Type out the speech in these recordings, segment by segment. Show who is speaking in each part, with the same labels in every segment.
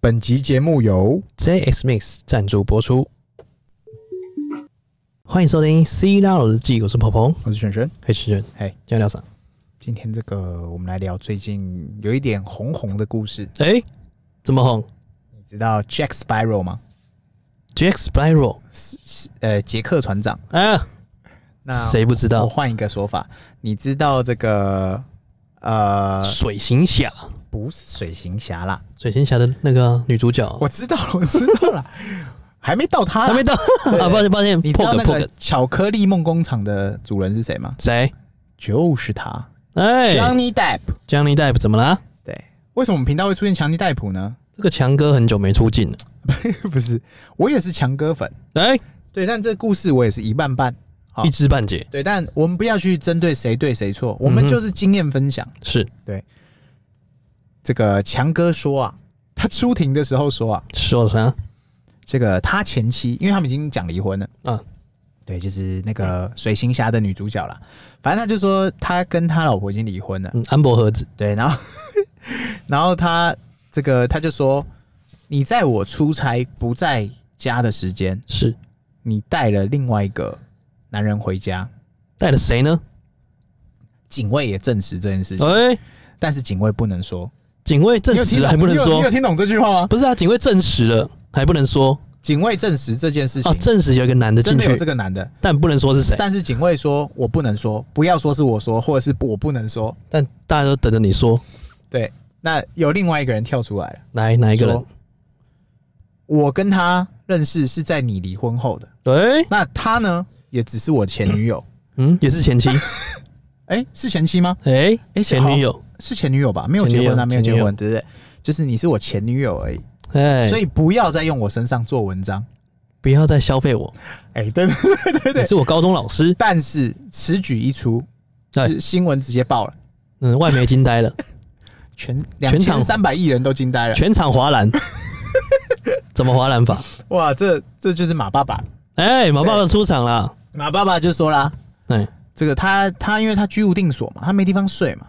Speaker 1: 本集节目由
Speaker 2: JX Mix 赞助播出。欢迎收听《C 大佬日记》，我是鹏鹏，
Speaker 1: 我是璇璇。
Speaker 2: 黑石人。
Speaker 1: 嘿
Speaker 2: 今天聊啥？
Speaker 1: 今天这个我们来聊最近有一点红红的故事。
Speaker 2: 哎、怎么红
Speaker 1: 你知道 Jack Sparrow 吗？
Speaker 2: ？Jack Spiral
Speaker 1: 呃，杰克船长。
Speaker 2: 啊，
Speaker 1: 那
Speaker 2: 谁不知
Speaker 1: 我
Speaker 2: 道？
Speaker 1: 换一个说法，你知道这个呃，
Speaker 2: 水行侠，
Speaker 1: 不是水行侠啦，
Speaker 2: 水行侠的那个啊女主角啊
Speaker 1: 我知道了，我知道 了，还没到他啦
Speaker 2: 还没到 啊，抱歉抱歉，
Speaker 1: 你知
Speaker 2: 破
Speaker 1: 道
Speaker 2: 梗
Speaker 1: 那
Speaker 2: 破
Speaker 1: 个
Speaker 2: 梗，
Speaker 1: 巧克力梦工厂的主人是谁吗？
Speaker 2: 谁？
Speaker 1: 就是他
Speaker 2: 哎、
Speaker 1: ，Johnny Depp。
Speaker 2: Johnny Depp 怎么啦？
Speaker 1: 对，为什么我们频道会出现强尼戴普呢？
Speaker 2: 这个强哥很久没出镜了。
Speaker 1: 不是，我也是强哥粉。
Speaker 2: 哎、
Speaker 1: 对，但这故事我也是一半半。好
Speaker 2: 一知半解
Speaker 1: 对，但我们不要去针对谁对谁错，我们就是经验分享。
Speaker 2: 是
Speaker 1: 这个强哥说啊，他出庭的时候说啊，
Speaker 2: 说了啥？
Speaker 1: 这个他前妻，因为他们已经讲离婚了。
Speaker 2: 嗯，
Speaker 1: 对，就是那个水行侠的女主角啦。反正他就说他跟他老婆已经离婚了。
Speaker 2: 嗯，安博盒子
Speaker 1: 对，然后然后他这个他就说，你在我出差不在家的时间，
Speaker 2: 是
Speaker 1: 你带了另外一个男人回家。
Speaker 2: 带了谁呢？
Speaker 1: 警卫也证实这件事情，
Speaker 2: 哎、
Speaker 1: 但是警卫不能说，
Speaker 2: 警卫证
Speaker 1: 你有听
Speaker 2: 实了
Speaker 1: 懂
Speaker 2: 还不能
Speaker 1: 你有你有
Speaker 2: 说，
Speaker 1: 听懂这句话吗？
Speaker 2: 不是啊，警卫证实了还不能说
Speaker 1: 警卫证实这件事情，
Speaker 2: 啊，证实有一个男的
Speaker 1: 哦真
Speaker 2: 进
Speaker 1: 的有
Speaker 2: 去，
Speaker 1: 这个男的，
Speaker 2: 但不能说是谁，
Speaker 1: 但是警卫说我不能说，不要说是我说，或者是我不能说。
Speaker 2: 但大家都等着你说
Speaker 1: 对，那有另外一个人跳出来了，
Speaker 2: 来哪一个人
Speaker 1: 说？我跟他认识是在你离婚后的，
Speaker 2: 对，
Speaker 1: 那他呢也只是我前女友，
Speaker 2: 嗯，也是 前妻，
Speaker 1: 哎、是前妻吗？
Speaker 2: 哎、
Speaker 1: 哎
Speaker 2: 前女友，
Speaker 1: 是前女友吧？没有结婚啊，没有结婚，对不对？就是你是我前女友而已，
Speaker 2: 哎、
Speaker 1: 所以不要再用我身上做文章。
Speaker 2: 不要再消费我，
Speaker 1: 哎、 对
Speaker 2: 你是我高中老师，
Speaker 1: 但是此举一出，
Speaker 2: 哎
Speaker 1: 就是新闻直接爆了，
Speaker 2: 嗯，外媒 惊呆了，
Speaker 1: 全两
Speaker 2: 全
Speaker 1: 千
Speaker 2: 场
Speaker 1: 三百亿人都惊呆了。
Speaker 2: 全场 哗然，怎么哗然法？
Speaker 1: 哇，这这就是马爸爸。
Speaker 2: 哎、马爸爸出场啦，
Speaker 1: 马爸爸就说啦，
Speaker 2: 哎、
Speaker 1: 这个他他因为他居无定所嘛，他没地方睡嘛，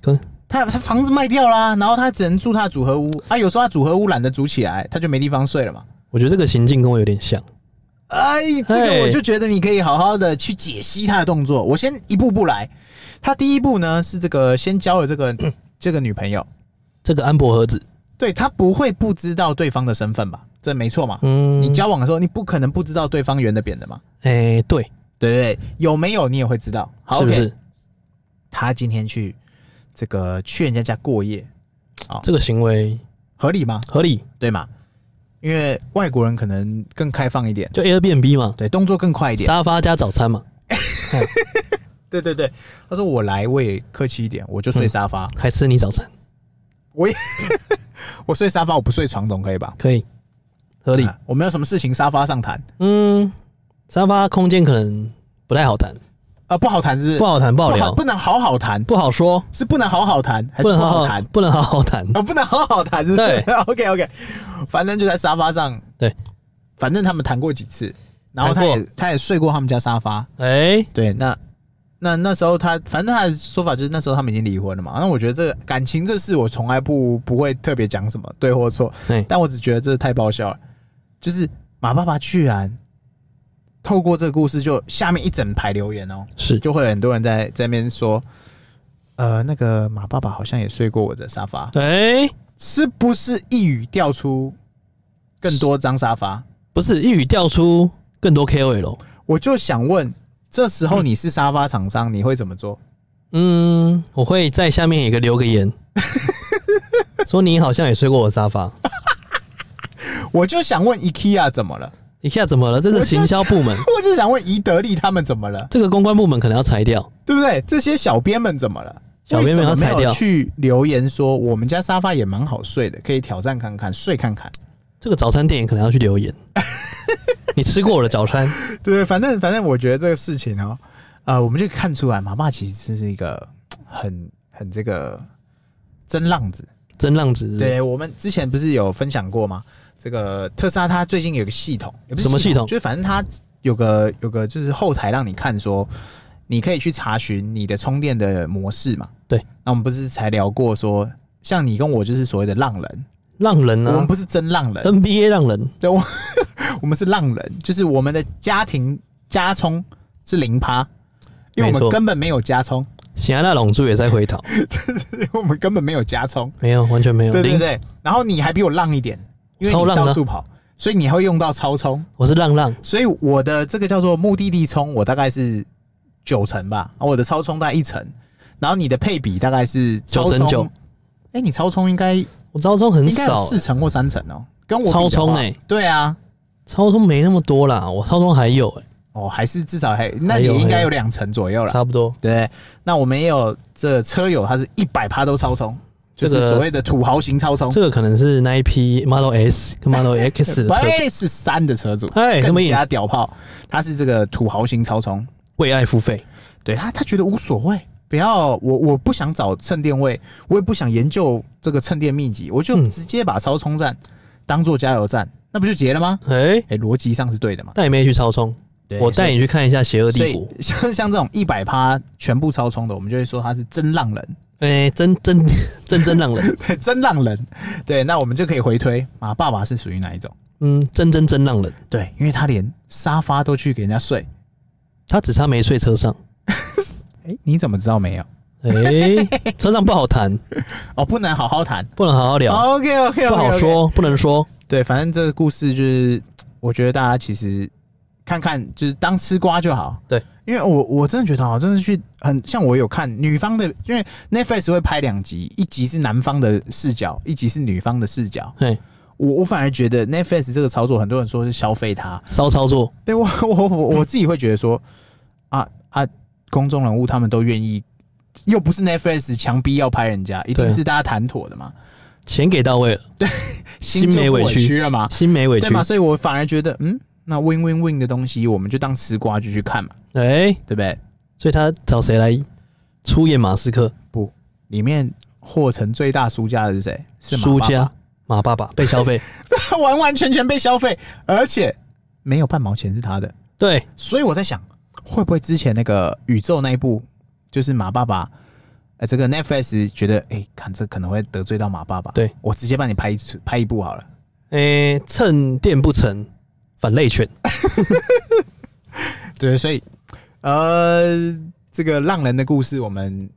Speaker 2: 跟
Speaker 1: 他他房子卖掉啦，然后他只能住他的组合屋啊。有时候他组合屋懒得煮起来，他就没地方睡了嘛。
Speaker 2: 我觉得这个行径跟我有点像，
Speaker 1: 哎，这个
Speaker 2: 哎
Speaker 1: 我就觉得你可以好好的去解析他的动作。我先一步步来，他第一步呢是这个先交了这 个这个女朋友，
Speaker 2: 这个安博盒子，
Speaker 1: 对他不会不知道对方的身份吧？这没错嘛。
Speaker 2: 嗯，
Speaker 1: 你交往的时候，你不可能不知道对方圆的扁的嘛，
Speaker 2: 哎、对，
Speaker 1: 对不对？有没有你也会知道，好
Speaker 2: 是不
Speaker 1: OK
Speaker 2: 是？
Speaker 1: 他今天去这个去人家家过夜，
Speaker 2: 这个行为
Speaker 1: 合理吗？
Speaker 2: 合理，
Speaker 1: 对吗？因为外国人可能更开放一点，
Speaker 2: 就 Airbnb 嘛，
Speaker 1: 对，动作更快一点。
Speaker 2: 沙发加早餐嘛，
Speaker 1: 对对对，他说我来，我也客气一点，我就
Speaker 2: 嗯
Speaker 1: 睡沙发，
Speaker 2: 还吃你早餐，
Speaker 1: 我睡沙发，我不睡床，总可以吧？
Speaker 2: 可以，合理。
Speaker 1: 啊我没有什么事情，沙发上谈
Speaker 2: 嗯，沙发空间可能不太好谈，
Speaker 1: 啊，不好谈是不是？
Speaker 2: 不好谈，不好
Speaker 1: 不
Speaker 2: 聊，
Speaker 1: 不能好好谈，
Speaker 2: 不好说，
Speaker 1: 是不能好好谈，还是
Speaker 2: 不能
Speaker 1: 不
Speaker 2: 好
Speaker 1: 好
Speaker 2: 好
Speaker 1: 谈？，
Speaker 2: 不能好 好谈。
Speaker 1: 啊，不能好好谈，是不是
Speaker 2: 对
Speaker 1: ？OK OK，反正就在沙发上。
Speaker 2: 对，
Speaker 1: 反正他们谈过几次，然后他
Speaker 2: 谈过
Speaker 1: 也他也睡过他们家沙发。
Speaker 2: 哎，
Speaker 1: 对，那那那时候他，反正他的说法就是那时候他们已经离婚了嘛。那我觉得这个感情这事，我从来不不会特别讲什么对或错，
Speaker 2: 对
Speaker 1: 但我只觉得这太爆笑了。就是马爸爸居然透过这个故事，就下面一整排留言哦，
Speaker 2: 是
Speaker 1: 就会有很多人在在那边说。呃，那个马爸爸好像也睡过我的沙发，
Speaker 2: 哎，
Speaker 1: 是不是一语调出更多张沙发？
Speaker 2: 不是一语调出更多 KOL。
Speaker 1: 我就想问，这时候你是沙发厂商，你会怎么做？
Speaker 2: 嗯，我会在下面也个留个 言，说你好像也睡过我沙发。
Speaker 1: 我就想问 IKEA 怎么了？
Speaker 2: 一下怎么了？这
Speaker 1: 我
Speaker 2: 个
Speaker 1: 就
Speaker 2: 行销部门，
Speaker 1: 我就想问宜得利他们怎么了，
Speaker 2: 这个公关部门可能要裁掉。
Speaker 1: 对不对？这些小编们怎么了？
Speaker 2: 小编们要
Speaker 1: 为什么
Speaker 2: 裁
Speaker 1: 没有
Speaker 2: 掉
Speaker 1: 去留言说我们家沙发也蛮好睡的，可以挑战看看，睡看看。
Speaker 2: 这个早餐店也可能要去 留言。你吃过我的早餐？
Speaker 1: 对，反正反正我觉得这个事情哦，呃，我们就看出来，妈妈其实是一个很很这个真浪子。
Speaker 2: 真浪子是不是
Speaker 1: 对我们之前不是有分享过吗？这个特斯拉它最近有个系统，也不是
Speaker 2: 什么系统
Speaker 1: 就是反正它有个有个就是后台让你看说，你可以去查询你的充电的模式嘛。
Speaker 2: 对，
Speaker 1: 那我们不是才聊过说，像你跟我就是所谓的浪人，
Speaker 2: 浪人
Speaker 1: 我们
Speaker 2: 啊
Speaker 1: 不是真浪人，
Speaker 2: ，NBA 浪人，
Speaker 1: 对我我们是浪人，就是我们的家庭加充是零趴，因为我
Speaker 2: 没
Speaker 1: 们
Speaker 2: 错
Speaker 1: 根本没有加充，
Speaker 2: 显然那龙珠也在回逃，
Speaker 1: 因为我们根本没有加充，
Speaker 2: 没有，完全没有，
Speaker 1: 对对
Speaker 2: 零，
Speaker 1: 对。然后你还比我浪一点，因为
Speaker 2: 超
Speaker 1: 你
Speaker 2: 浪的
Speaker 1: 到处跑，所以你会用到超充，
Speaker 2: 我是浪浪，
Speaker 1: 所以我的这个叫做目的地充，我大概是九成吧，啊我的超充大概一成，然后你的配比大概是超充
Speaker 2: 99。
Speaker 1: 哎、你超充应该应
Speaker 2: 我超充很
Speaker 1: 该有
Speaker 2: 少、欸
Speaker 1: 四成或三成哦、跟我比的
Speaker 2: 超充
Speaker 1: 话
Speaker 2: 欸
Speaker 1: 对啊，
Speaker 2: 超充没那么多啦，我超充还有、欸，
Speaker 1: 哦，还是至少还，那
Speaker 2: 还
Speaker 1: 也
Speaker 2: 有
Speaker 1: 应
Speaker 2: 还
Speaker 1: 该
Speaker 2: 有
Speaker 1: 有两成左右啦。
Speaker 2: 差不多。
Speaker 1: 对，那我们也有这车友，他是一百趴都超充，就
Speaker 2: 这
Speaker 1: 是
Speaker 2: 个
Speaker 1: 所谓的土豪型超充。
Speaker 2: 这个可能是那一批 Model S 跟 Model X 的车主，
Speaker 1: 喂，是三的车主，
Speaker 2: 哎那么
Speaker 1: 更
Speaker 2: 也
Speaker 1: 加屌炮，他是这个土豪型超充，
Speaker 2: 为爱付费，
Speaker 1: 对他他觉得无所谓，不要我我不想找蹭电位，我也不想研究这个蹭电秘籍，我就
Speaker 2: 嗯
Speaker 1: 直接把超充站当做加油站，那不就结了吗？
Speaker 2: 哎、
Speaker 1: 哎、逻辑上是对的嘛。
Speaker 2: 带妹去超充，
Speaker 1: 对
Speaker 2: 我带你去看一下《邪恶
Speaker 1: 所
Speaker 2: 帝
Speaker 1: 以
Speaker 2: 国》。
Speaker 1: 像像这种一百趴全部超充的，我们就会说他是真浪人。
Speaker 2: 哎、真真 真真浪人，
Speaker 1: 对，真浪人。对，那我们就可以回推马爸爸是属于哪一种？
Speaker 2: 嗯，真真真浪人，
Speaker 1: 对，因为他连沙发都去给人家睡。
Speaker 2: 他只差没睡车上。
Speaker 1: 哎、你怎么知道没有？
Speaker 2: 哎、车上不好谈，
Speaker 1: 哦，不能好好谈。
Speaker 2: 不能好好聊，
Speaker 1: OK OK，
Speaker 2: 啊不好。说，不能说。
Speaker 1: 对，反正这个故事就是，我觉得大家其实看看，就是当吃瓜就好。
Speaker 2: 对，
Speaker 1: 因为我我真的觉得啊，真的去很像我有看女方的，因为 Netflix 会拍两集，一集是男方的视角，一集是女方的视角。
Speaker 2: 哎、
Speaker 1: 我我反而觉得 Netflix 这个操作，很多人说是消费它，
Speaker 2: 骚操作，
Speaker 1: 对我我我我自己会觉得说，啊啊，公众人物他们都愿意，又不是 Netflix 强逼要拍人家，一定
Speaker 2: 对
Speaker 1: 是大家谈妥的嘛，
Speaker 2: 钱给到位了，
Speaker 1: 心
Speaker 2: 心
Speaker 1: 就
Speaker 2: 没
Speaker 1: 不
Speaker 2: 委
Speaker 1: 委
Speaker 2: 屈
Speaker 1: 了嘛，
Speaker 2: 心没委
Speaker 1: 对
Speaker 2: 屈。
Speaker 1: 嘛？所以我反而觉得，嗯，那 win win win 的东西，我们就当吃瓜就去看嘛，
Speaker 2: 哎、
Speaker 1: 对不对？
Speaker 2: 所以他找谁来出演马斯克？
Speaker 1: 里面获成最大输家的是谁？是马
Speaker 2: 输
Speaker 1: 爸
Speaker 2: 家马爸爸被消 费，
Speaker 1: 爸， 完完全全被消费，而且没有半毛钱是他的，
Speaker 2: 对，
Speaker 1: 所以我在想，会不会之前那个宇宙那一部，就是马爸爸，呃，这个 Netflix 觉得，哎、看这可能会得罪到马爸爸，
Speaker 2: 对
Speaker 1: 我直接帮你拍一出拍一部好了。
Speaker 2: 诶、趁电不成，反类犬。
Speaker 1: 对，所以，呃，这个浪人的故事，我们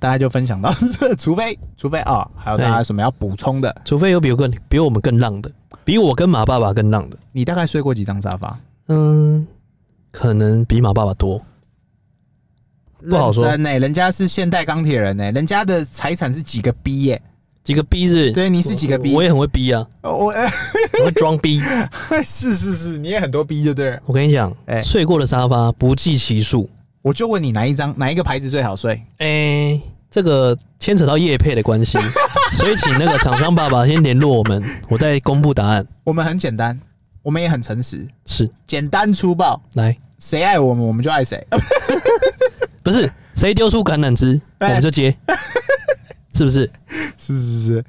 Speaker 1: 大家就分享到 这，除非除非啊、还有大
Speaker 2: 对
Speaker 1: 家有什么要补充的？
Speaker 2: 除非有比我更比我们更浪的，比我跟马爸爸更浪的，
Speaker 1: 你大概睡过几张沙发？
Speaker 2: 嗯，可能比马爸爸多。不好说
Speaker 1: 认真欸人家是现代钢铁人呢、人家的财产是几个 B 耶、
Speaker 2: 几个逼是？
Speaker 1: 对你是几个
Speaker 2: 我
Speaker 1: B
Speaker 2: 我也很会逼啊，
Speaker 1: 哦我、
Speaker 2: 我会装逼。
Speaker 1: 是是是，你也很多 B 就对了。
Speaker 2: 我跟你讲，
Speaker 1: 哎
Speaker 2: 睡过的沙发不计其数。
Speaker 1: 我就问你哪一张哪一个牌子最好睡？
Speaker 2: 诶、这个牵扯到业配的关系， 所以请那个厂商爸爸先联络我们，我再公布答案。
Speaker 1: 我们很简单，我们也很诚实，
Speaker 2: 是，
Speaker 1: 简单粗暴，
Speaker 2: 来，
Speaker 1: 谁爱我们我们就爱谁。
Speaker 2: 不是谁丢出橄榄枝，我
Speaker 1: 哎
Speaker 2: 们就接， 是不是？
Speaker 1: 是是是，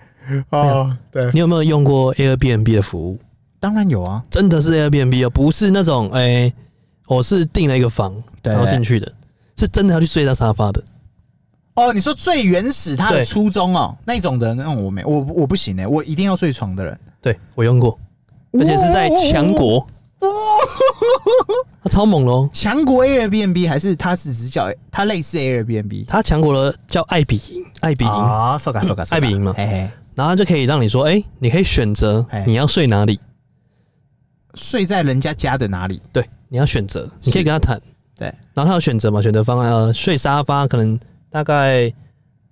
Speaker 1: 哦，对，
Speaker 2: 你有没有用过 Airbnb 的服务？
Speaker 1: 当然有啊，
Speaker 2: 真的是 Airbnb 哦，不是那种哎、我是订了一个房
Speaker 1: 对
Speaker 2: 然后进去的，是真的要去睡到沙发的。
Speaker 1: 哦，你说最原始他的
Speaker 2: 对
Speaker 1: 初衷哦，那种的那种我没我我不行哎、我一定要睡床的人，
Speaker 2: 对我用过，而且是在强国， 它超猛哦喽！
Speaker 1: 强国 Airbnb 还是它是只叫它类似 Airbnb
Speaker 2: 它强国的叫爱彼迎，爱彼迎，
Speaker 1: 啊，受感受感，
Speaker 2: 爱彼迎嘛
Speaker 1: 嘿嘿，
Speaker 2: 然后它就可以让你说，哎、你可以选择
Speaker 1: 哎
Speaker 2: 你要睡哪里，
Speaker 1: 睡在人家家的哪里？
Speaker 2: 对，你要选择，你可以跟他谈，
Speaker 1: 对，
Speaker 2: 然后他有选择嘛，选择方案，呃，睡沙发可能大概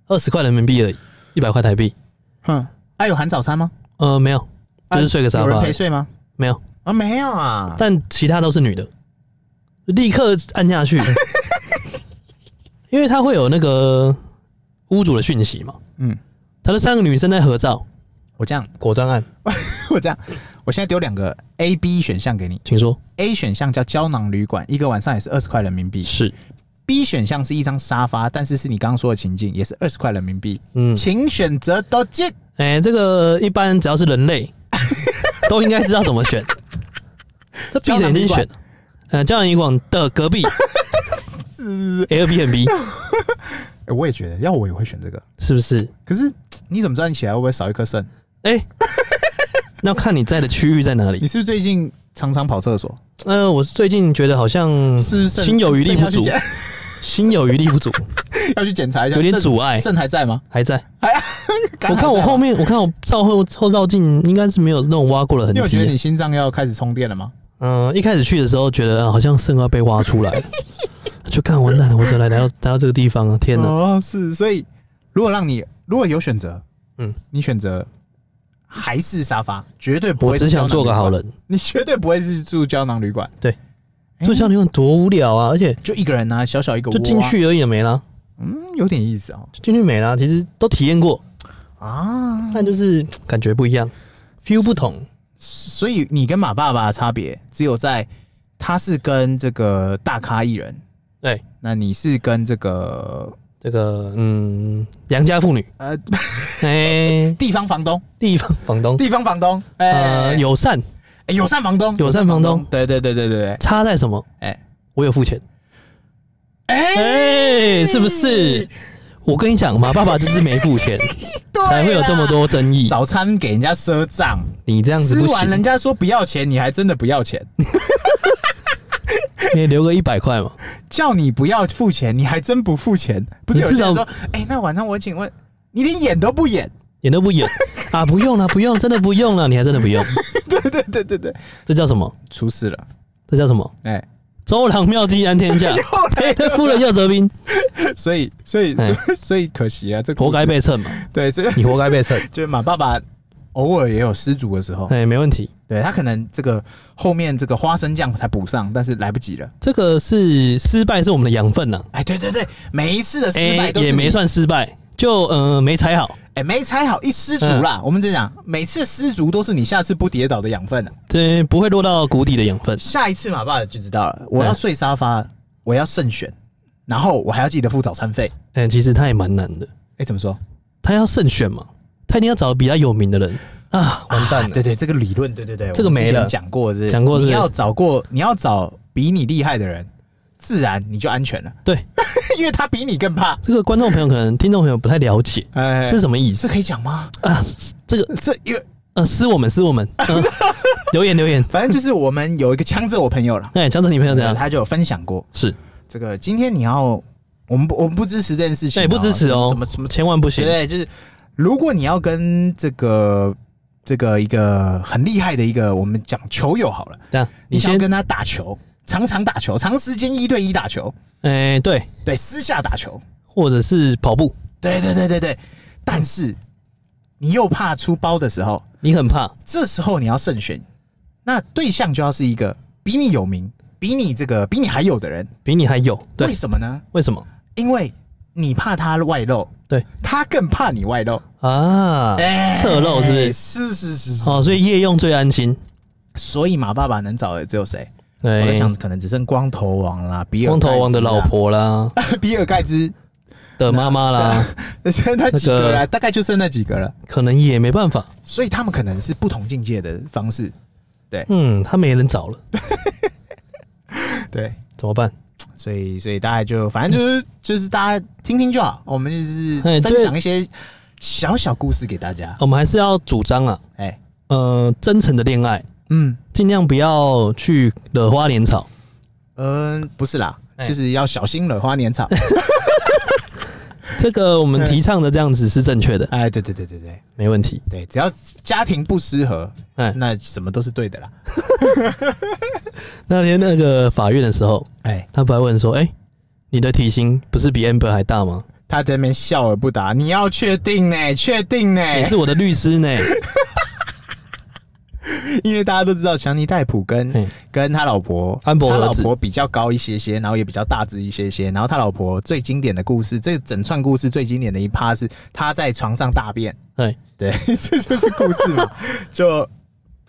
Speaker 2: 二十块人民币而已，一百块台币，
Speaker 1: 哼，啊有含早餐吗？啊
Speaker 2: 呃，没有，就是睡个沙
Speaker 1: 有人
Speaker 2: 发而
Speaker 1: 陪
Speaker 2: 已，
Speaker 1: 睡吗？
Speaker 2: 没有。
Speaker 1: 啊，没有啊，
Speaker 2: 但其他都是女的，立刻按下 去，因为它会有那个屋主的讯息嘛。
Speaker 1: 嗯，
Speaker 2: 他的三个女生在合照，
Speaker 1: 我这样
Speaker 2: 果断按，
Speaker 1: 我这样，我现在丢两个 A、B 选项给你。
Speaker 2: 请说。
Speaker 1: A 选项叫胶囊旅馆，一个晚上也是二十块人民币。
Speaker 2: 是，
Speaker 1: B 选项是一张沙发，但是是你刚刚说的情境，也是二十块人民币。
Speaker 2: 嗯，
Speaker 1: 请选择都进。
Speaker 2: 哎、这个一般只要是 人类，都应该知道怎么选。这闭着
Speaker 1: 胶
Speaker 2: 眼睛
Speaker 1: 囊旅
Speaker 2: 选，呃，胶囊旅馆的隔 壁 Airbnb
Speaker 1: 哎、我也觉得，要我也会选这个。
Speaker 2: 是不是？
Speaker 1: 可是嘖你怎么知道你起来会不会少一颗肾？
Speaker 2: 哎、哎、那看你在的区域在哪里
Speaker 1: 你。是不是最近常常跑厕所？
Speaker 2: 呃，我最近觉得好像
Speaker 1: 是不是肾
Speaker 2: 嗯心有余力不足
Speaker 1: 肾要去
Speaker 2: 心有余力不足，
Speaker 1: 检 要去检查一下，
Speaker 2: 有点
Speaker 1: 肾
Speaker 2: 阻碍
Speaker 1: 肾还在吗？
Speaker 2: 还在。
Speaker 1: 肝还在
Speaker 2: 我
Speaker 1: 啊
Speaker 2: 看我
Speaker 1: 吗
Speaker 2: 后，面，我看我照后后照镜，应该是没有那种挖过的痕
Speaker 1: 你有觉得
Speaker 2: 迹。
Speaker 1: 你心脏要开始充电了吗？
Speaker 2: 嗯、一开始去的时候觉得、啊好像肾要被挖出 来了，就看完蛋了，我怎么来来到来到这个地方啊？天哪！
Speaker 1: 哦，是，所以如果让你如果有选择，嗯
Speaker 2: 嗯，
Speaker 1: 你选择还是沙发，绝对不会。
Speaker 2: 我只想做个好，人。
Speaker 1: 你绝对不会是住胶囊旅馆，
Speaker 2: 对
Speaker 1: 哎，
Speaker 2: 做教练多无聊啊！而且
Speaker 1: 就一个人啊，小小哎一个窝、
Speaker 2: 就进，去而已也没啦，
Speaker 1: 嗯，有点意思哦。
Speaker 2: 就进去没啦。其实都体验过，
Speaker 1: 啊，
Speaker 2: 但就是感觉不一样，feel 不同。
Speaker 1: 所以你跟马爸爸的差别只有在他是跟这个大咖艺人，
Speaker 2: 对，
Speaker 1: 那你是跟这个
Speaker 2: 这个嗯，良 家妇女，
Speaker 1: 呃
Speaker 2: 哎、
Speaker 1: 地方房东，
Speaker 2: 地方房东，
Speaker 1: 地方房东，哎、
Speaker 2: 呃，友善
Speaker 1: 哎友善房东，
Speaker 2: 友善房东，
Speaker 1: 对对对对对对，
Speaker 2: 差在什么？
Speaker 1: 哎
Speaker 2: 我有付钱，
Speaker 1: 哎、
Speaker 2: 哎、是不是？我跟你讲嘛，爸爸就是没付钱，
Speaker 1: 对啊啦
Speaker 2: 才会有这么多争议。
Speaker 1: 早餐给人家赊账，
Speaker 2: 你这样子
Speaker 1: 吃
Speaker 2: 不
Speaker 1: 完人
Speaker 2: 行，
Speaker 1: 家说不要钱，你还真的不要钱；
Speaker 2: 你留个一百块嘛。
Speaker 1: 叫你不要付钱，你还真不付钱。不是
Speaker 2: 你
Speaker 1: 有
Speaker 2: 至
Speaker 1: 些人说
Speaker 2: 少，
Speaker 1: 哎、那晚上我请问，你连演都不演？
Speaker 2: 演都不演啊！不用了，不用，真的不用了，你还真的不用，
Speaker 1: 对对对对对，
Speaker 2: 这叫什么？
Speaker 1: 出事了，
Speaker 2: 这叫什么？
Speaker 1: 哎、
Speaker 2: 周郎妙计安 天下，赔了夫人又折兵，
Speaker 1: 所以所以所以
Speaker 2: 哎
Speaker 1: 所以可惜啊，这故事
Speaker 2: 活该被蹭嘛！
Speaker 1: 对， 所以
Speaker 2: 你活该被蹭，
Speaker 1: 就是马爸爸偶尔也有失足的时候，
Speaker 2: 哎，没问题。
Speaker 1: 对他可能这个后面这个花生酱才补上，但是来不及了。
Speaker 2: 这个是失败是我们的养分呐、啊
Speaker 1: 哎，对对对，每一次的失败
Speaker 2: 哎
Speaker 1: 都是
Speaker 2: 也
Speaker 1: 你
Speaker 2: 没算失败，就呃没踩好，
Speaker 1: 哎、没踩好一失足
Speaker 2: 嗯
Speaker 1: 啦。我们这样讲，每次失足都是你下次不跌倒的养分、啊、
Speaker 2: 这不会落到谷底的养分。
Speaker 1: 下一次马爸就知道了。我要
Speaker 2: 嗯
Speaker 1: 睡沙发，我要慎选，然后我还要记得付早餐费。
Speaker 2: 哎，其实他也蛮难的，
Speaker 1: 哎、怎么说？
Speaker 2: 他要慎选嘛，他一定要找比他有名的人啊，完蛋
Speaker 1: 啊
Speaker 2: 了。
Speaker 1: 对对，这个理论，对对对，
Speaker 2: 这
Speaker 1: 我
Speaker 2: 个
Speaker 1: 们之前
Speaker 2: 没了
Speaker 1: 讲过是不是
Speaker 2: 讲过是
Speaker 1: 你要找过，你要找比你厉害的人，自然你就安全了，
Speaker 2: 对，
Speaker 1: 因为他比你更怕。
Speaker 2: 这个观众朋友可能听众朋友不太了解，
Speaker 1: 哎、
Speaker 2: 这是什么意
Speaker 1: 这
Speaker 2: 思
Speaker 1: 可以讲吗？
Speaker 2: 啊？这个
Speaker 1: 这因为
Speaker 2: 呃，是我们，是我们，嗯留言留言。
Speaker 1: 反正就是我们有一个枪着我朋友了，
Speaker 2: 哎，江浙你朋友怎样？
Speaker 1: 他就有分享过
Speaker 2: 是，
Speaker 1: 这个。今天你要，我们不我们不支持这件事情、啊
Speaker 2: 哎，不支持哦，
Speaker 1: 什么什么什么
Speaker 2: 千万不行。
Speaker 1: 对，就是如果你要跟这个这个一个很厉害的一个，我们讲球友好了，
Speaker 2: 这样，
Speaker 1: 你
Speaker 2: 你
Speaker 1: 想要
Speaker 2: 先，
Speaker 1: 跟他打球，常常打球，长时间一对一打球，
Speaker 2: 哎，对，
Speaker 1: 对，私下打球，
Speaker 2: 或者是跑步，
Speaker 1: 对对对对对，但是你又怕出包的时候，
Speaker 2: 你很怕，
Speaker 1: 这时候你要慎选，那对象就要是一个比你有名、比你这个比你还有的人，
Speaker 2: 比你还有。
Speaker 1: 为
Speaker 2: 对，
Speaker 1: 什么呢？
Speaker 2: 为什么
Speaker 1: 因为你怕他外露，
Speaker 2: 对
Speaker 1: 他更怕你外露，
Speaker 2: 啊？侧漏是不是？
Speaker 1: 是是是是
Speaker 2: 哦，所以夜用最安心。
Speaker 1: 所以马爸爸能找的只有谁？我在
Speaker 2: 对，
Speaker 1: 想，可能只剩光头王啦，比尔
Speaker 2: 哎光头王
Speaker 1: 盖
Speaker 2: 的
Speaker 1: 茨啦
Speaker 2: 老，婆啦，
Speaker 1: 比尔盖茨，
Speaker 2: 的妈妈啦，
Speaker 1: 剩那几个
Speaker 2: 那
Speaker 1: 啦，
Speaker 2: 个
Speaker 1: 大概就剩那几个了。
Speaker 2: 可能也没办法。
Speaker 1: 所以他们可能是不同境界的方式。
Speaker 2: 嗯，他没人找了，
Speaker 1: 对，
Speaker 2: 怎么办？
Speaker 1: 所以所以大家就反正就是就是大家听听就好，我们就是
Speaker 2: 哎对
Speaker 1: 分享一些小小故事给大家。
Speaker 2: 我们还是要主张啊，
Speaker 1: 哎，
Speaker 2: 呃，真诚的恋爱，
Speaker 1: 嗯
Speaker 2: 尽量不要去惹花惹草。
Speaker 1: 嗯，不是啦，
Speaker 2: 哎
Speaker 1: 就是要小心惹花年 草。
Speaker 2: 这个我们提倡的这样子是正确的，
Speaker 1: 哎，对对对对对
Speaker 2: 没问题。
Speaker 1: 对，只要家庭不失和，
Speaker 2: 哎，
Speaker 1: 那什么都是对的啦。
Speaker 2: 那天那个法院的时候，
Speaker 1: 哎，
Speaker 2: 他不还问说：“哎、你的体型不是比 Amber 还大吗？
Speaker 1: 他在那边笑而不答，你要确定呢、确定呢、
Speaker 2: 哎你是我的律师呢。
Speaker 1: 因为大家都知道强尼戴普跟
Speaker 2: 嘿
Speaker 1: 跟他老婆
Speaker 2: 安博
Speaker 1: 他老
Speaker 2: 儿子
Speaker 1: 婆比较高一些些，然后也比较大只一些些，然后他老婆最经典的故事，这整串故事最经典的一趴是他在床上大便，”
Speaker 2: 哎，
Speaker 1: 对， 这就是故事 嘛，就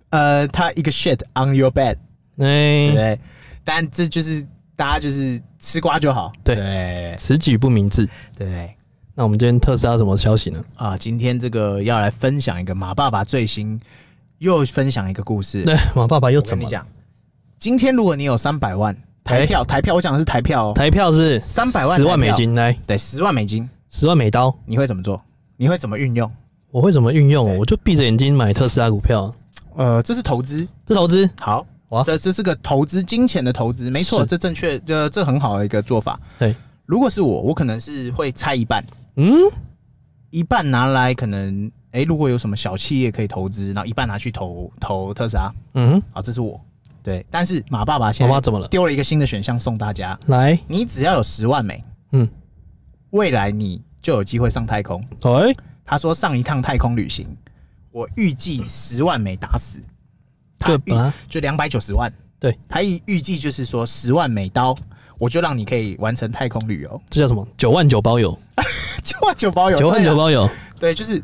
Speaker 1: 呃他一个 shit on your bed，对不
Speaker 2: 哎，
Speaker 1: 对？但这就是大家就是吃瓜就好，
Speaker 2: 对
Speaker 1: 对
Speaker 2: 此举不明智。
Speaker 1: 对
Speaker 2: 那我们今天特斯拉有什么消息呢？
Speaker 1: 啊、今天这个要来分享一个马爸爸最新又分享一个故事，
Speaker 2: 对，马爸爸又
Speaker 1: 我跟
Speaker 2: 怎
Speaker 1: 你
Speaker 2: 么了？
Speaker 1: 讲，今天如果你有三百万
Speaker 2: 哎
Speaker 1: 台票，台票我讲的是台票哦，
Speaker 2: 台票是不是
Speaker 1: 300万
Speaker 2: 十万
Speaker 1: 台
Speaker 2: 美
Speaker 1: 票
Speaker 2: 金？来，
Speaker 1: 对，十万美金，
Speaker 2: 十万美刀，
Speaker 1: 你会怎么做？你会怎么运用？
Speaker 2: 我会怎么运用？
Speaker 1: 对
Speaker 2: 我就闭着眼睛买特斯拉股票，
Speaker 1: 呃，这是投资，
Speaker 2: 这投资
Speaker 1: 好，
Speaker 2: 哇
Speaker 1: 这这是个投资金钱的投资，没错，
Speaker 2: 是
Speaker 1: 这正确，呃，这很好的一个做法。
Speaker 2: 对，
Speaker 1: 如果是我，我可能是会拆一半，
Speaker 2: 嗯，
Speaker 1: 一半拿来可能，哎、如果有什么小企业可以投资，然后一半拿去投投特斯拉，
Speaker 2: 嗯，
Speaker 1: 好，这是我。对，但是马爸爸
Speaker 2: 妈
Speaker 1: 现
Speaker 2: 妈
Speaker 1: 在
Speaker 2: 怎么了？
Speaker 1: 丢了一个新的选项送大家，
Speaker 2: 来，
Speaker 1: 你只要有十万美，
Speaker 2: 嗯，
Speaker 1: 未来你就有机会上太空。
Speaker 2: 哎、
Speaker 1: 他说上一趟太空旅行，我预计十万枚打死，他
Speaker 2: 就
Speaker 1: 预
Speaker 2: 本来
Speaker 1: 就两百九十万，
Speaker 2: 对，
Speaker 1: 他预预计就是说十万美刀，我就让你可以完成太空旅游，
Speaker 2: 这叫什么？九万九包邮，
Speaker 1: 九万九包邮，
Speaker 2: 九万九
Speaker 1: 包，
Speaker 2: 包邮，
Speaker 1: 对，就是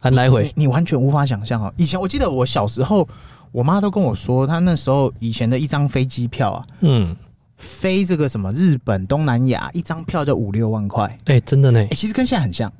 Speaker 2: 含来回
Speaker 1: 你，你完全无法想象哦。以前我记得我小时候，我妈都跟我说，她那时候以前的一张飞机票啊，
Speaker 2: 嗯，
Speaker 1: 飞这个什么日本、东南亚，一张票就五六万块，
Speaker 2: 哎、真的呢，
Speaker 1: 哎、其实跟现在很像。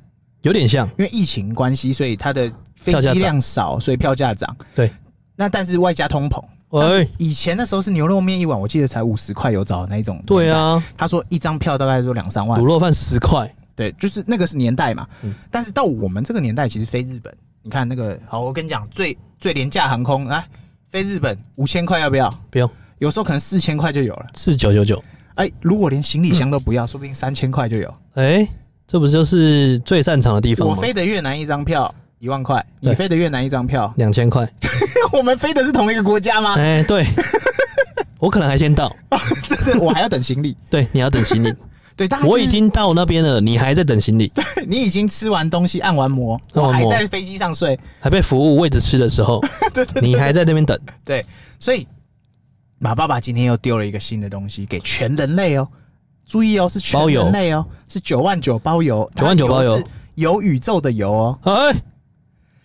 Speaker 2: 有点像，
Speaker 1: 因为疫情关系，所以它的飞
Speaker 2: 票
Speaker 1: 机
Speaker 2: 价涨
Speaker 1: 量少，所以票价涨。
Speaker 2: 对，
Speaker 1: 那但是外加通膨。
Speaker 2: 喂、
Speaker 1: 以前那时候是牛肉面一碗，我记得才五十块有找的那一种。
Speaker 2: 对，啊，
Speaker 1: 他说一张票大概就两三万
Speaker 2: 卤。肉饭十块，
Speaker 1: 对，就是那个是年代嘛。
Speaker 2: 嗯
Speaker 1: 但是到我们这个年代，其实飞日本，你看那个，好，我跟你讲，最最廉价航空，来飞日本五千块要不要？
Speaker 2: 不用
Speaker 1: 有时候可能四千块就有了。
Speaker 2: 四九九九，
Speaker 1: 哎、如果连行李箱都不要，
Speaker 2: 嗯
Speaker 1: 说不定三千块就有。
Speaker 2: 哎，这不就是最擅长的地方
Speaker 1: 我
Speaker 2: 吗？
Speaker 1: 飞的越南一张票一万块，你
Speaker 2: 对
Speaker 1: 飞的越南一张票，
Speaker 2: 两千块，
Speaker 1: 我们飞的是同一个国家吗？
Speaker 2: 哎、 对，我可能还先到，
Speaker 1: 这 这我还要等行李。
Speaker 2: 对，你要等 行李，
Speaker 1: 对，但
Speaker 2: 我已经到那边了，你还在等行李，
Speaker 1: 你已经吃完东西，按完摩，
Speaker 2: 按
Speaker 1: 我
Speaker 2: 完
Speaker 1: 还
Speaker 2: 摩
Speaker 1: 在飞机上睡。
Speaker 2: 还被服务喂着吃的 时候，你还在那边等，
Speaker 1: 对，所以马爸爸今天又丢了一个新的东西给全人类哦。注意哦，是全
Speaker 2: 包邮
Speaker 1: 人类哦，是九万九包邮，
Speaker 2: 9万9包邮，
Speaker 1: 有宇宙的游哦，
Speaker 2: 哎、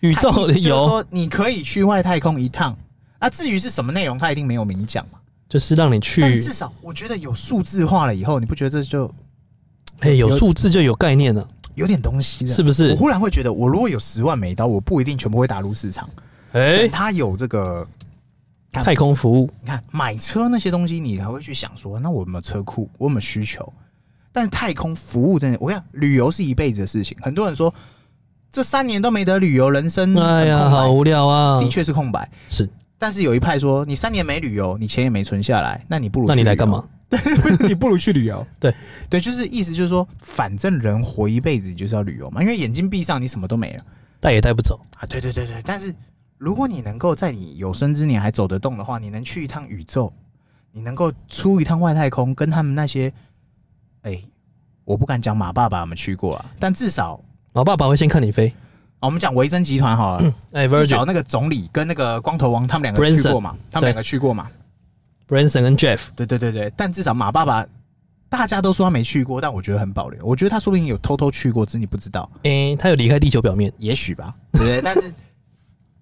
Speaker 2: 宇宙
Speaker 1: 它意思
Speaker 2: 的
Speaker 1: 就是
Speaker 2: 油
Speaker 1: 说你可以去外太空一趟。那、至于是什么内容，他一定没有明讲嘛。
Speaker 2: 就是让你
Speaker 1: 但
Speaker 2: 去，
Speaker 1: 至少我觉得有数字化了以后，你不觉得这就
Speaker 2: 哎、有数字就有概念了，
Speaker 1: 有点东西了？
Speaker 2: 是不
Speaker 1: 我
Speaker 2: 是？
Speaker 1: 忽然会觉得，我如果有十万美刀，我不一定全部会打入市场。
Speaker 2: 哎、
Speaker 1: 他有这个，
Speaker 2: 太空服务，
Speaker 1: 你看买车那些东西，你还会去想说，那我有没有车库，我有没有需求？但太空服务真的，我想旅游是一辈子的事情。很多人说这三年都没得旅游，人生
Speaker 2: 哎呀，
Speaker 1: 嗯很空白
Speaker 2: 好无聊啊
Speaker 1: 的！确是空白。
Speaker 2: 是，
Speaker 1: 但是有一派说，你三年没旅游，你钱也没存下来，那你不如
Speaker 2: 那你
Speaker 1: 去
Speaker 2: 来
Speaker 1: 旅游
Speaker 2: 干嘛？？
Speaker 1: 你不如去旅游。
Speaker 2: 对
Speaker 1: 对，就是意思就是说，反正人活一辈子，你就是要旅游嘛，因为眼睛闭上，你什么都没了。
Speaker 2: 带也带不走，
Speaker 1: 啊，对对对对，但是如果你能够在你有生之年还走得动的话，你能去一趟宇宙，你能够出一趟外太空，跟他们那些，哎、我不敢讲马爸爸我们去过啊，但至少、
Speaker 2: 老爸爸会先看你飞。
Speaker 1: 啊、我们讲维珍集团好了，
Speaker 2: 哎
Speaker 1: 至少
Speaker 2: ，Virgin、
Speaker 1: 那个总理跟那个光头王他们两个去过嘛，他们两个去过嘛，
Speaker 2: Branson 跟 Jeff，
Speaker 1: 对对对对，但至少马爸爸。大家都说他没去过，但我觉得很保留。我觉得他说不定有偷偷去过，只是你不知道，
Speaker 2: 哎、他有离开地球表面，
Speaker 1: 也许吧，对不对？但是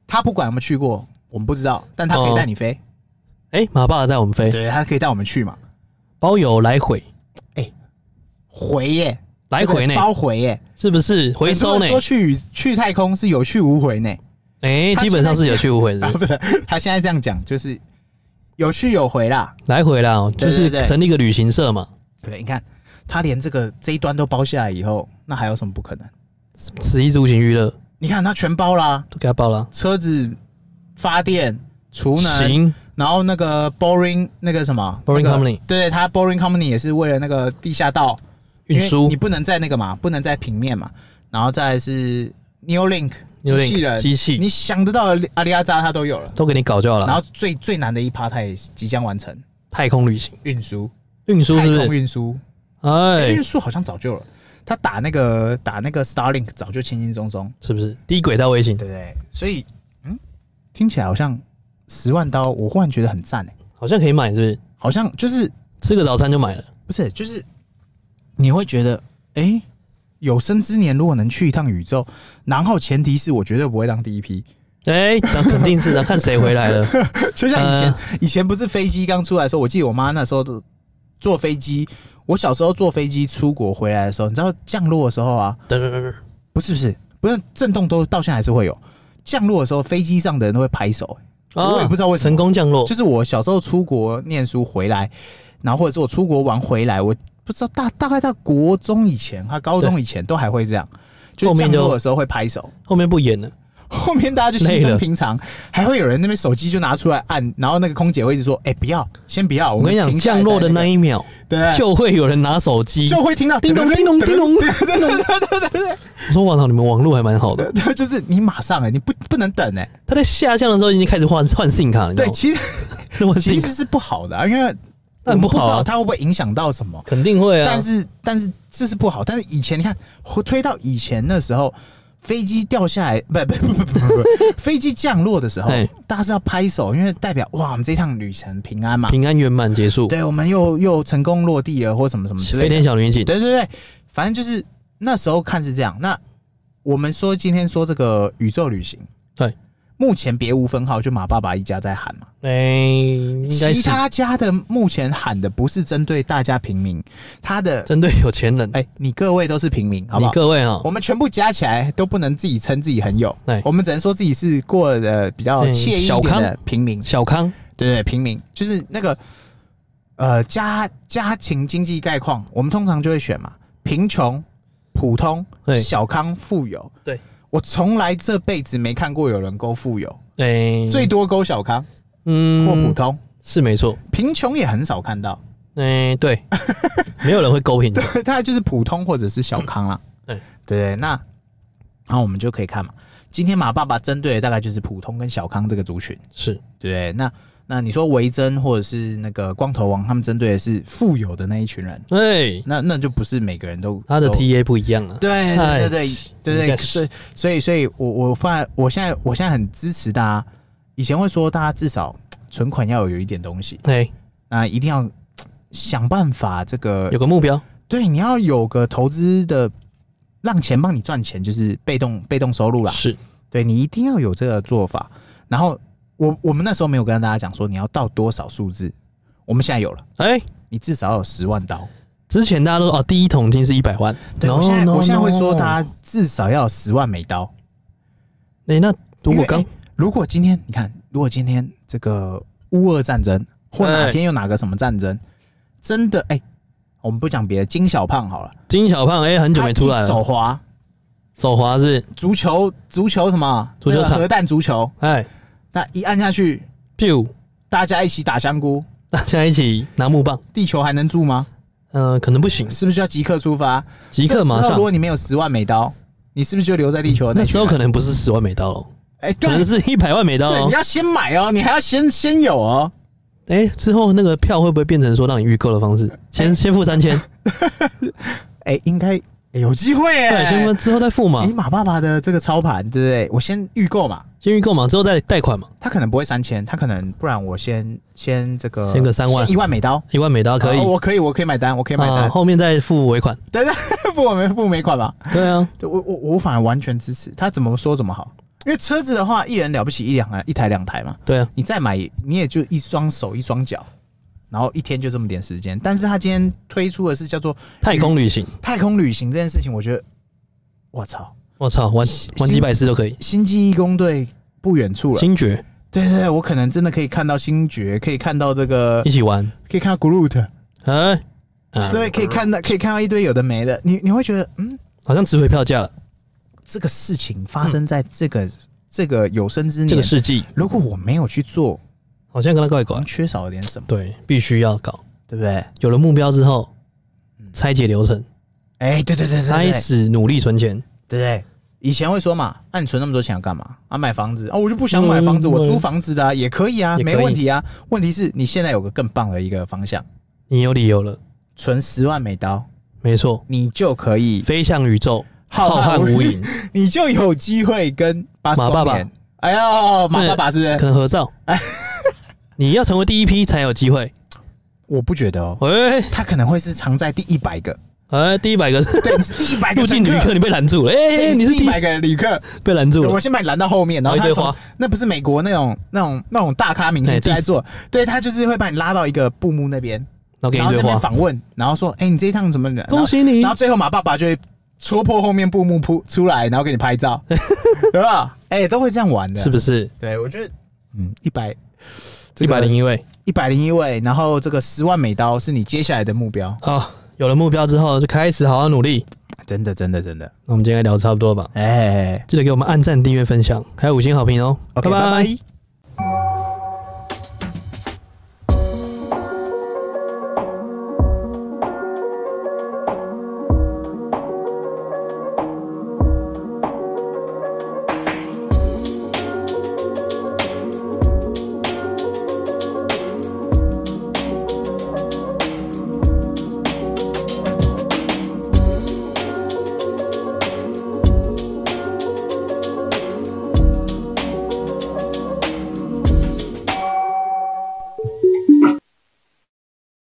Speaker 1: 他不管有没有去过，我们不知道，但他可以带你飞。
Speaker 2: 哎、马爸爸带我们飞，
Speaker 1: 对，他可以带我们去嘛，
Speaker 2: 包邮来回，
Speaker 1: 回耶、
Speaker 2: 来回呢，
Speaker 1: 包回耶、
Speaker 2: 是不是回收
Speaker 1: 很多
Speaker 2: 呢
Speaker 1: 人？说去去太空是有去无回呢、
Speaker 2: 哎、
Speaker 1: 他
Speaker 2: 基本上是有去无 回
Speaker 1: 啊
Speaker 2: 的，
Speaker 1: 他现在这样讲就是有去有回啦。
Speaker 2: 来回啦，就
Speaker 1: 对
Speaker 2: 是
Speaker 1: 对对
Speaker 2: 成立一个旅行社嘛，
Speaker 1: 对，你看他连这个这一端都包下来以后，那还有什么不可能？
Speaker 2: 十一住行娱乐
Speaker 1: 你看他全包啦，
Speaker 2: 都给他包了，
Speaker 1: 车子、发电、储能，
Speaker 2: 行，
Speaker 1: 然后那个 Boring 那个什么
Speaker 2: Boring
Speaker 1: 那个
Speaker 2: Company
Speaker 1: 对对，他 Boring Company 也是为了那个地下道
Speaker 2: 运
Speaker 1: 因为
Speaker 2: 输
Speaker 1: 你，不能在那个嘛，不能在平面嘛，然后再来是 New Link
Speaker 2: 有
Speaker 1: 机器
Speaker 2: 点
Speaker 1: 人。
Speaker 2: 机器
Speaker 1: 你想得到的阿里阿扎他都有了，
Speaker 2: 都给你搞掉
Speaker 1: 然
Speaker 2: 了，
Speaker 1: 后最最难的一趴他也即将完成，
Speaker 2: 太空旅行
Speaker 1: 运输，
Speaker 2: 运输
Speaker 1: 太
Speaker 2: 是不
Speaker 1: 空
Speaker 2: 是？
Speaker 1: 运输，
Speaker 2: 哎
Speaker 1: 运，输好像早就了，他打那个打那个 Starlink 早就轻轻松松，
Speaker 2: 是不是低轨道卫星？
Speaker 1: 对不对？所以嗯，听起来好像十万刀，我忽然觉得很赞哎、
Speaker 2: 好像可以买，是不是？
Speaker 1: 好像就是
Speaker 2: 吃个早餐就买了，
Speaker 1: 不是就是你会觉得哎、诶有生之年如果能去一趟宇宙，然后前提是我绝对不会当第一批，
Speaker 2: 哎、那肯定 是的，看谁回来了。
Speaker 1: 就像以前，
Speaker 2: 呃
Speaker 1: 以前不是飞机刚出来的时候，我记得我妈那时候都坐飞机，我小时候坐飞机出国回来的时候，你知道降落的时候啊，
Speaker 2: 噔噔噔噔
Speaker 1: 不是不是，不是震动都到现在还是会有。降落的时候，飞机上的人都会拍手、欸
Speaker 2: 啊
Speaker 1: 我也不知道为什
Speaker 2: 成
Speaker 1: 么。
Speaker 2: 功降落，
Speaker 1: 就是我小时候出国念书回来，然后或者是我出国玩回来，我不知道大大概到国中以前，还高中以前都还会这样，就
Speaker 2: 后面
Speaker 1: 降落
Speaker 2: 就
Speaker 1: 的时候会拍手，
Speaker 2: 后面不演了，
Speaker 1: 后面大家就
Speaker 2: 累
Speaker 1: 稀松
Speaker 2: 了
Speaker 1: 平常，还会有人那边手机就拿出来按，然后那个空姐会一直说：“哎、不要，先不要。”
Speaker 2: 我跟你讲，降落的那
Speaker 1: 一
Speaker 2: 一秒
Speaker 1: 对
Speaker 2: 就会有人拿手机，
Speaker 1: 就会听到
Speaker 2: 叮咚叮咚叮 咚，
Speaker 1: 对对对对对对
Speaker 2: 我说我操，你们网络还蛮好的。
Speaker 1: 对对， 就是你马上哎、你不不能等哎、
Speaker 2: 他在下降的时候已经开始换换信卡了，你知道
Speaker 1: 对，
Speaker 2: 吗？
Speaker 1: 其 实
Speaker 2: 那我
Speaker 1: 其
Speaker 2: 信卡
Speaker 1: 实是不好的、啊，因为我
Speaker 2: 那很
Speaker 1: 们
Speaker 2: 不
Speaker 1: 不知
Speaker 2: 好啊
Speaker 1: 道它会不会影响到什么。
Speaker 2: 肯定会啊。
Speaker 1: 但是但是这是不好。但是以前你看，回推到以前的时候，飞机掉下来，不不不不不不， 飞机降落的时候
Speaker 2: 嘿，
Speaker 1: 大家是要拍手，因为代表哇，我们这趟旅程平安嘛，
Speaker 2: 平安圆满结束，
Speaker 1: 对，我们又又成功落地了，或什么什么之
Speaker 2: 飞
Speaker 1: 类的。
Speaker 2: 天小女警，
Speaker 1: 对对对，反正就是那时候看是这样。那我们说今天说这个宇宙旅行，
Speaker 2: 对，
Speaker 1: 目前别无分号，就马爸爸一家在喊嘛。
Speaker 2: 哎、应该
Speaker 1: 其
Speaker 2: 是
Speaker 1: 他家的目前喊的不是针对大家平民，他的
Speaker 2: 针对有钱人，
Speaker 1: 哎、你各位都是平民，好不
Speaker 2: 你
Speaker 1: 好？
Speaker 2: 各位啊、
Speaker 1: 我们全部加起来都不能自己称自己很有
Speaker 2: 对，
Speaker 1: 我们只能说自己是过得比较惬意一
Speaker 2: 嗯小
Speaker 1: 点
Speaker 2: 康
Speaker 1: 的平民。
Speaker 2: 小康，
Speaker 1: 对对，平民就是那个呃家家庭经济概况，我们通常就会选嘛，贫穷、普通、
Speaker 2: 对
Speaker 1: 小康、富有。
Speaker 2: 对，
Speaker 1: 我从来这辈子没看过有人勾富有，
Speaker 2: 哎、
Speaker 1: 最多勾小康
Speaker 2: 嗯
Speaker 1: 或普通，
Speaker 2: 是没错，
Speaker 1: 贫穷也很少看到，
Speaker 2: 哎、对，没有人会勾评的，
Speaker 1: 大概就是普通或者是小康啦。
Speaker 2: 嗯对
Speaker 1: 对对，那然后我们就可以看嘛，今天马爸爸针对的大概就是普通跟小康这个族群。
Speaker 2: 是
Speaker 1: 对，那那你说维珍或者是那个光头王，他们针对的是富有的那一群人，
Speaker 2: 哎、
Speaker 1: 那那就不是每个人都
Speaker 2: 他的
Speaker 1: 都
Speaker 2: TA 不一样啊，
Speaker 1: 哦对
Speaker 2: 哎
Speaker 1: 对对对对
Speaker 2: 应
Speaker 1: 对，
Speaker 2: 该是
Speaker 1: 所以所以所以我我发我现在我现在很支持大家，以前会说大家至少存款要有一点东西，
Speaker 2: 哎、
Speaker 1: 那一定要想办法这个
Speaker 2: 有个目标，
Speaker 1: 对你要有个投资的。让钱帮你赚钱，就是被动被动收入啦。
Speaker 2: 是
Speaker 1: 对你一定要有这个做法。然后我我们那时候没有跟大家讲说你要到多少数字，我们现在有了，
Speaker 2: 哎、
Speaker 1: 你至少要有十万刀。
Speaker 2: 之前大家都说哦，第一桶金是一百万，
Speaker 1: 对
Speaker 2: No，
Speaker 1: 我现在
Speaker 2: no，
Speaker 1: 我现在会说
Speaker 2: no
Speaker 1: 大家至少要有十万美刀。
Speaker 2: 哎、那如
Speaker 1: 因
Speaker 2: 果
Speaker 1: 为
Speaker 2: 刚
Speaker 1: 哎如果今天你看，如果今天这个乌俄战争，或哪
Speaker 2: 哎
Speaker 1: 天有哪个什么战争，真的哎、我们不讲别的，金小胖好了，
Speaker 2: 金小胖哎、很久没出来
Speaker 1: 他一
Speaker 2: 了，
Speaker 1: 手滑
Speaker 2: 手滑是不是，
Speaker 1: 足球足球什么
Speaker 2: 足球
Speaker 1: 那个
Speaker 2: 场
Speaker 1: 核弹足球，
Speaker 2: 哎、
Speaker 1: 那一按下去，
Speaker 2: ，biu，
Speaker 1: 大家一起打香菇，
Speaker 2: 大家一起拿木棒，
Speaker 1: 地球还能住吗？
Speaker 2: 嗯、可能不行，
Speaker 1: 是不是就要即刻出发？
Speaker 2: 即刻马
Speaker 1: 这时候
Speaker 2: 上
Speaker 1: 如。果你没有十万美刀，你是不是就留在地球的
Speaker 2: 那
Speaker 1: 群
Speaker 2: 时候可能不是十万美刀哦，
Speaker 1: 哎、对
Speaker 2: 可能是一百万美刀
Speaker 1: 对，
Speaker 2: 哦
Speaker 1: 你。要先买哦，你还要先先有哦。
Speaker 2: 哎、之后那个票会不会变成说让你预购的方式？先、
Speaker 1: 哎
Speaker 2: 先付三千，
Speaker 1: 哎、应该、哎有机会哎、
Speaker 2: 对，先付之后再付嘛
Speaker 1: 你，马爸爸的这个操盘，对不对？我先预购嘛，
Speaker 2: 先预购嘛，之后再贷款嘛，
Speaker 1: 他可能不会三千，他可能不然我先先这个
Speaker 2: 先个三万
Speaker 1: 一万美刀
Speaker 2: 一万美刀可以
Speaker 1: 哦，我可以，我可以买单，我可以买
Speaker 2: 啊，
Speaker 1: 单。
Speaker 2: 后面再付尾款。
Speaker 1: 等等，付我没付没款吧？
Speaker 2: 对啊，
Speaker 1: 对我我我反而完全支持，他怎么说怎么好。因为车子的话，一人了不起一两台一台两台嘛，
Speaker 2: 对啊，
Speaker 1: 你再买，你也就一双手一双脚，然后一天就这么点时间。但是他今天推出的是叫做
Speaker 2: 太空旅行，
Speaker 1: 太空旅行这件事情，我觉得，我操，
Speaker 2: 我操，玩玩几百次都可以。
Speaker 1: 星际义工队不远处了。
Speaker 2: 星爵
Speaker 1: 对对对，我可能真的可以看到星爵，可以看到这个
Speaker 2: 一，起玩，
Speaker 1: 可以看到 Groot，
Speaker 2: 哎、啊，
Speaker 1: 对，可以看到，可以看到一堆有的没的。你你会觉得，嗯，
Speaker 2: 好像值回票价了。
Speaker 1: 这个事情发生在这个、这个有生之年，
Speaker 2: 嗯这个世纪
Speaker 1: 如果我没有去做，
Speaker 2: 好像跟他怪
Speaker 1: 好
Speaker 2: 怪
Speaker 1: 像，缺少了点什么，
Speaker 2: 对，必须要搞。
Speaker 1: 对不对？
Speaker 2: 有了目标之后，拆解流程，
Speaker 1: 哎，对对嗯对对对，
Speaker 2: 开始努力存钱。
Speaker 1: 对不对？以前会说嘛，那、你存那么多钱要干嘛？啊，买房子啊、我就不想买房子，
Speaker 2: 嗯
Speaker 1: 我租房子的、啊、也可以啊，
Speaker 2: 也可以
Speaker 1: 没问题啊。问题是你现在有个更棒的一个方向，
Speaker 2: 你有理由了，
Speaker 1: 存十万美刀，
Speaker 2: 没错，
Speaker 1: 你就可以，
Speaker 2: 飞向宇宙，
Speaker 1: 浩瀚
Speaker 2: 浩瀚无垠，
Speaker 1: 你就有机会跟巴斯光
Speaker 2: 马爸爸
Speaker 1: 年。哎呦，马爸爸是不是？
Speaker 2: 肯合 照。你要成为第一批才有机会。
Speaker 1: 我不觉得哦，
Speaker 2: 喂、
Speaker 1: 他可能会是藏在第一百 个，
Speaker 2: 哎、第一百个
Speaker 1: 对，你是第一百哎个
Speaker 2: 入境旅
Speaker 1: 乘
Speaker 2: 客，你被拦住了。哎、
Speaker 1: 对
Speaker 2: 哎你
Speaker 1: 你
Speaker 2: 是
Speaker 1: 是
Speaker 2: 第
Speaker 1: 第
Speaker 2: 一哦
Speaker 1: 一百个旅客，
Speaker 2: 被拦住
Speaker 1: 我
Speaker 2: 了。
Speaker 1: 先把你拦到后面，然后
Speaker 2: 然后
Speaker 1: 他
Speaker 2: 一堆
Speaker 1: 从
Speaker 2: 花
Speaker 1: 那不是美国那种那种那种大咖明星
Speaker 2: 哎
Speaker 1: 在
Speaker 2: 第四
Speaker 1: 做，对他就是会把你拉到一个布幕那边，
Speaker 2: 然后给你
Speaker 1: 然
Speaker 2: 一
Speaker 1: 后
Speaker 2: 堆
Speaker 1: 在那边
Speaker 2: 花，
Speaker 1: 访问，然后说：“哎、你这一趟怎么了？”
Speaker 2: 恭喜你
Speaker 1: 然后！然后最后马爸爸就会戳破后面布幕扑出来，然后给你拍 照，对吧？哎、都会这样玩的，
Speaker 2: 是不是？
Speaker 1: 对，我觉得，嗯，一百
Speaker 2: 一百零一位
Speaker 1: 一百零一位，然后这个十万美刀是你接下来的目标，
Speaker 2: 啊，有了目标之后，就开始好好努力。
Speaker 1: 真的，真的，真的，
Speaker 2: 那我们今天应该聊得差不多吧？
Speaker 1: 哎
Speaker 2: 记得给我们按赞、订阅、分享，还有五星好评哦。
Speaker 1: ，OK，拜拜。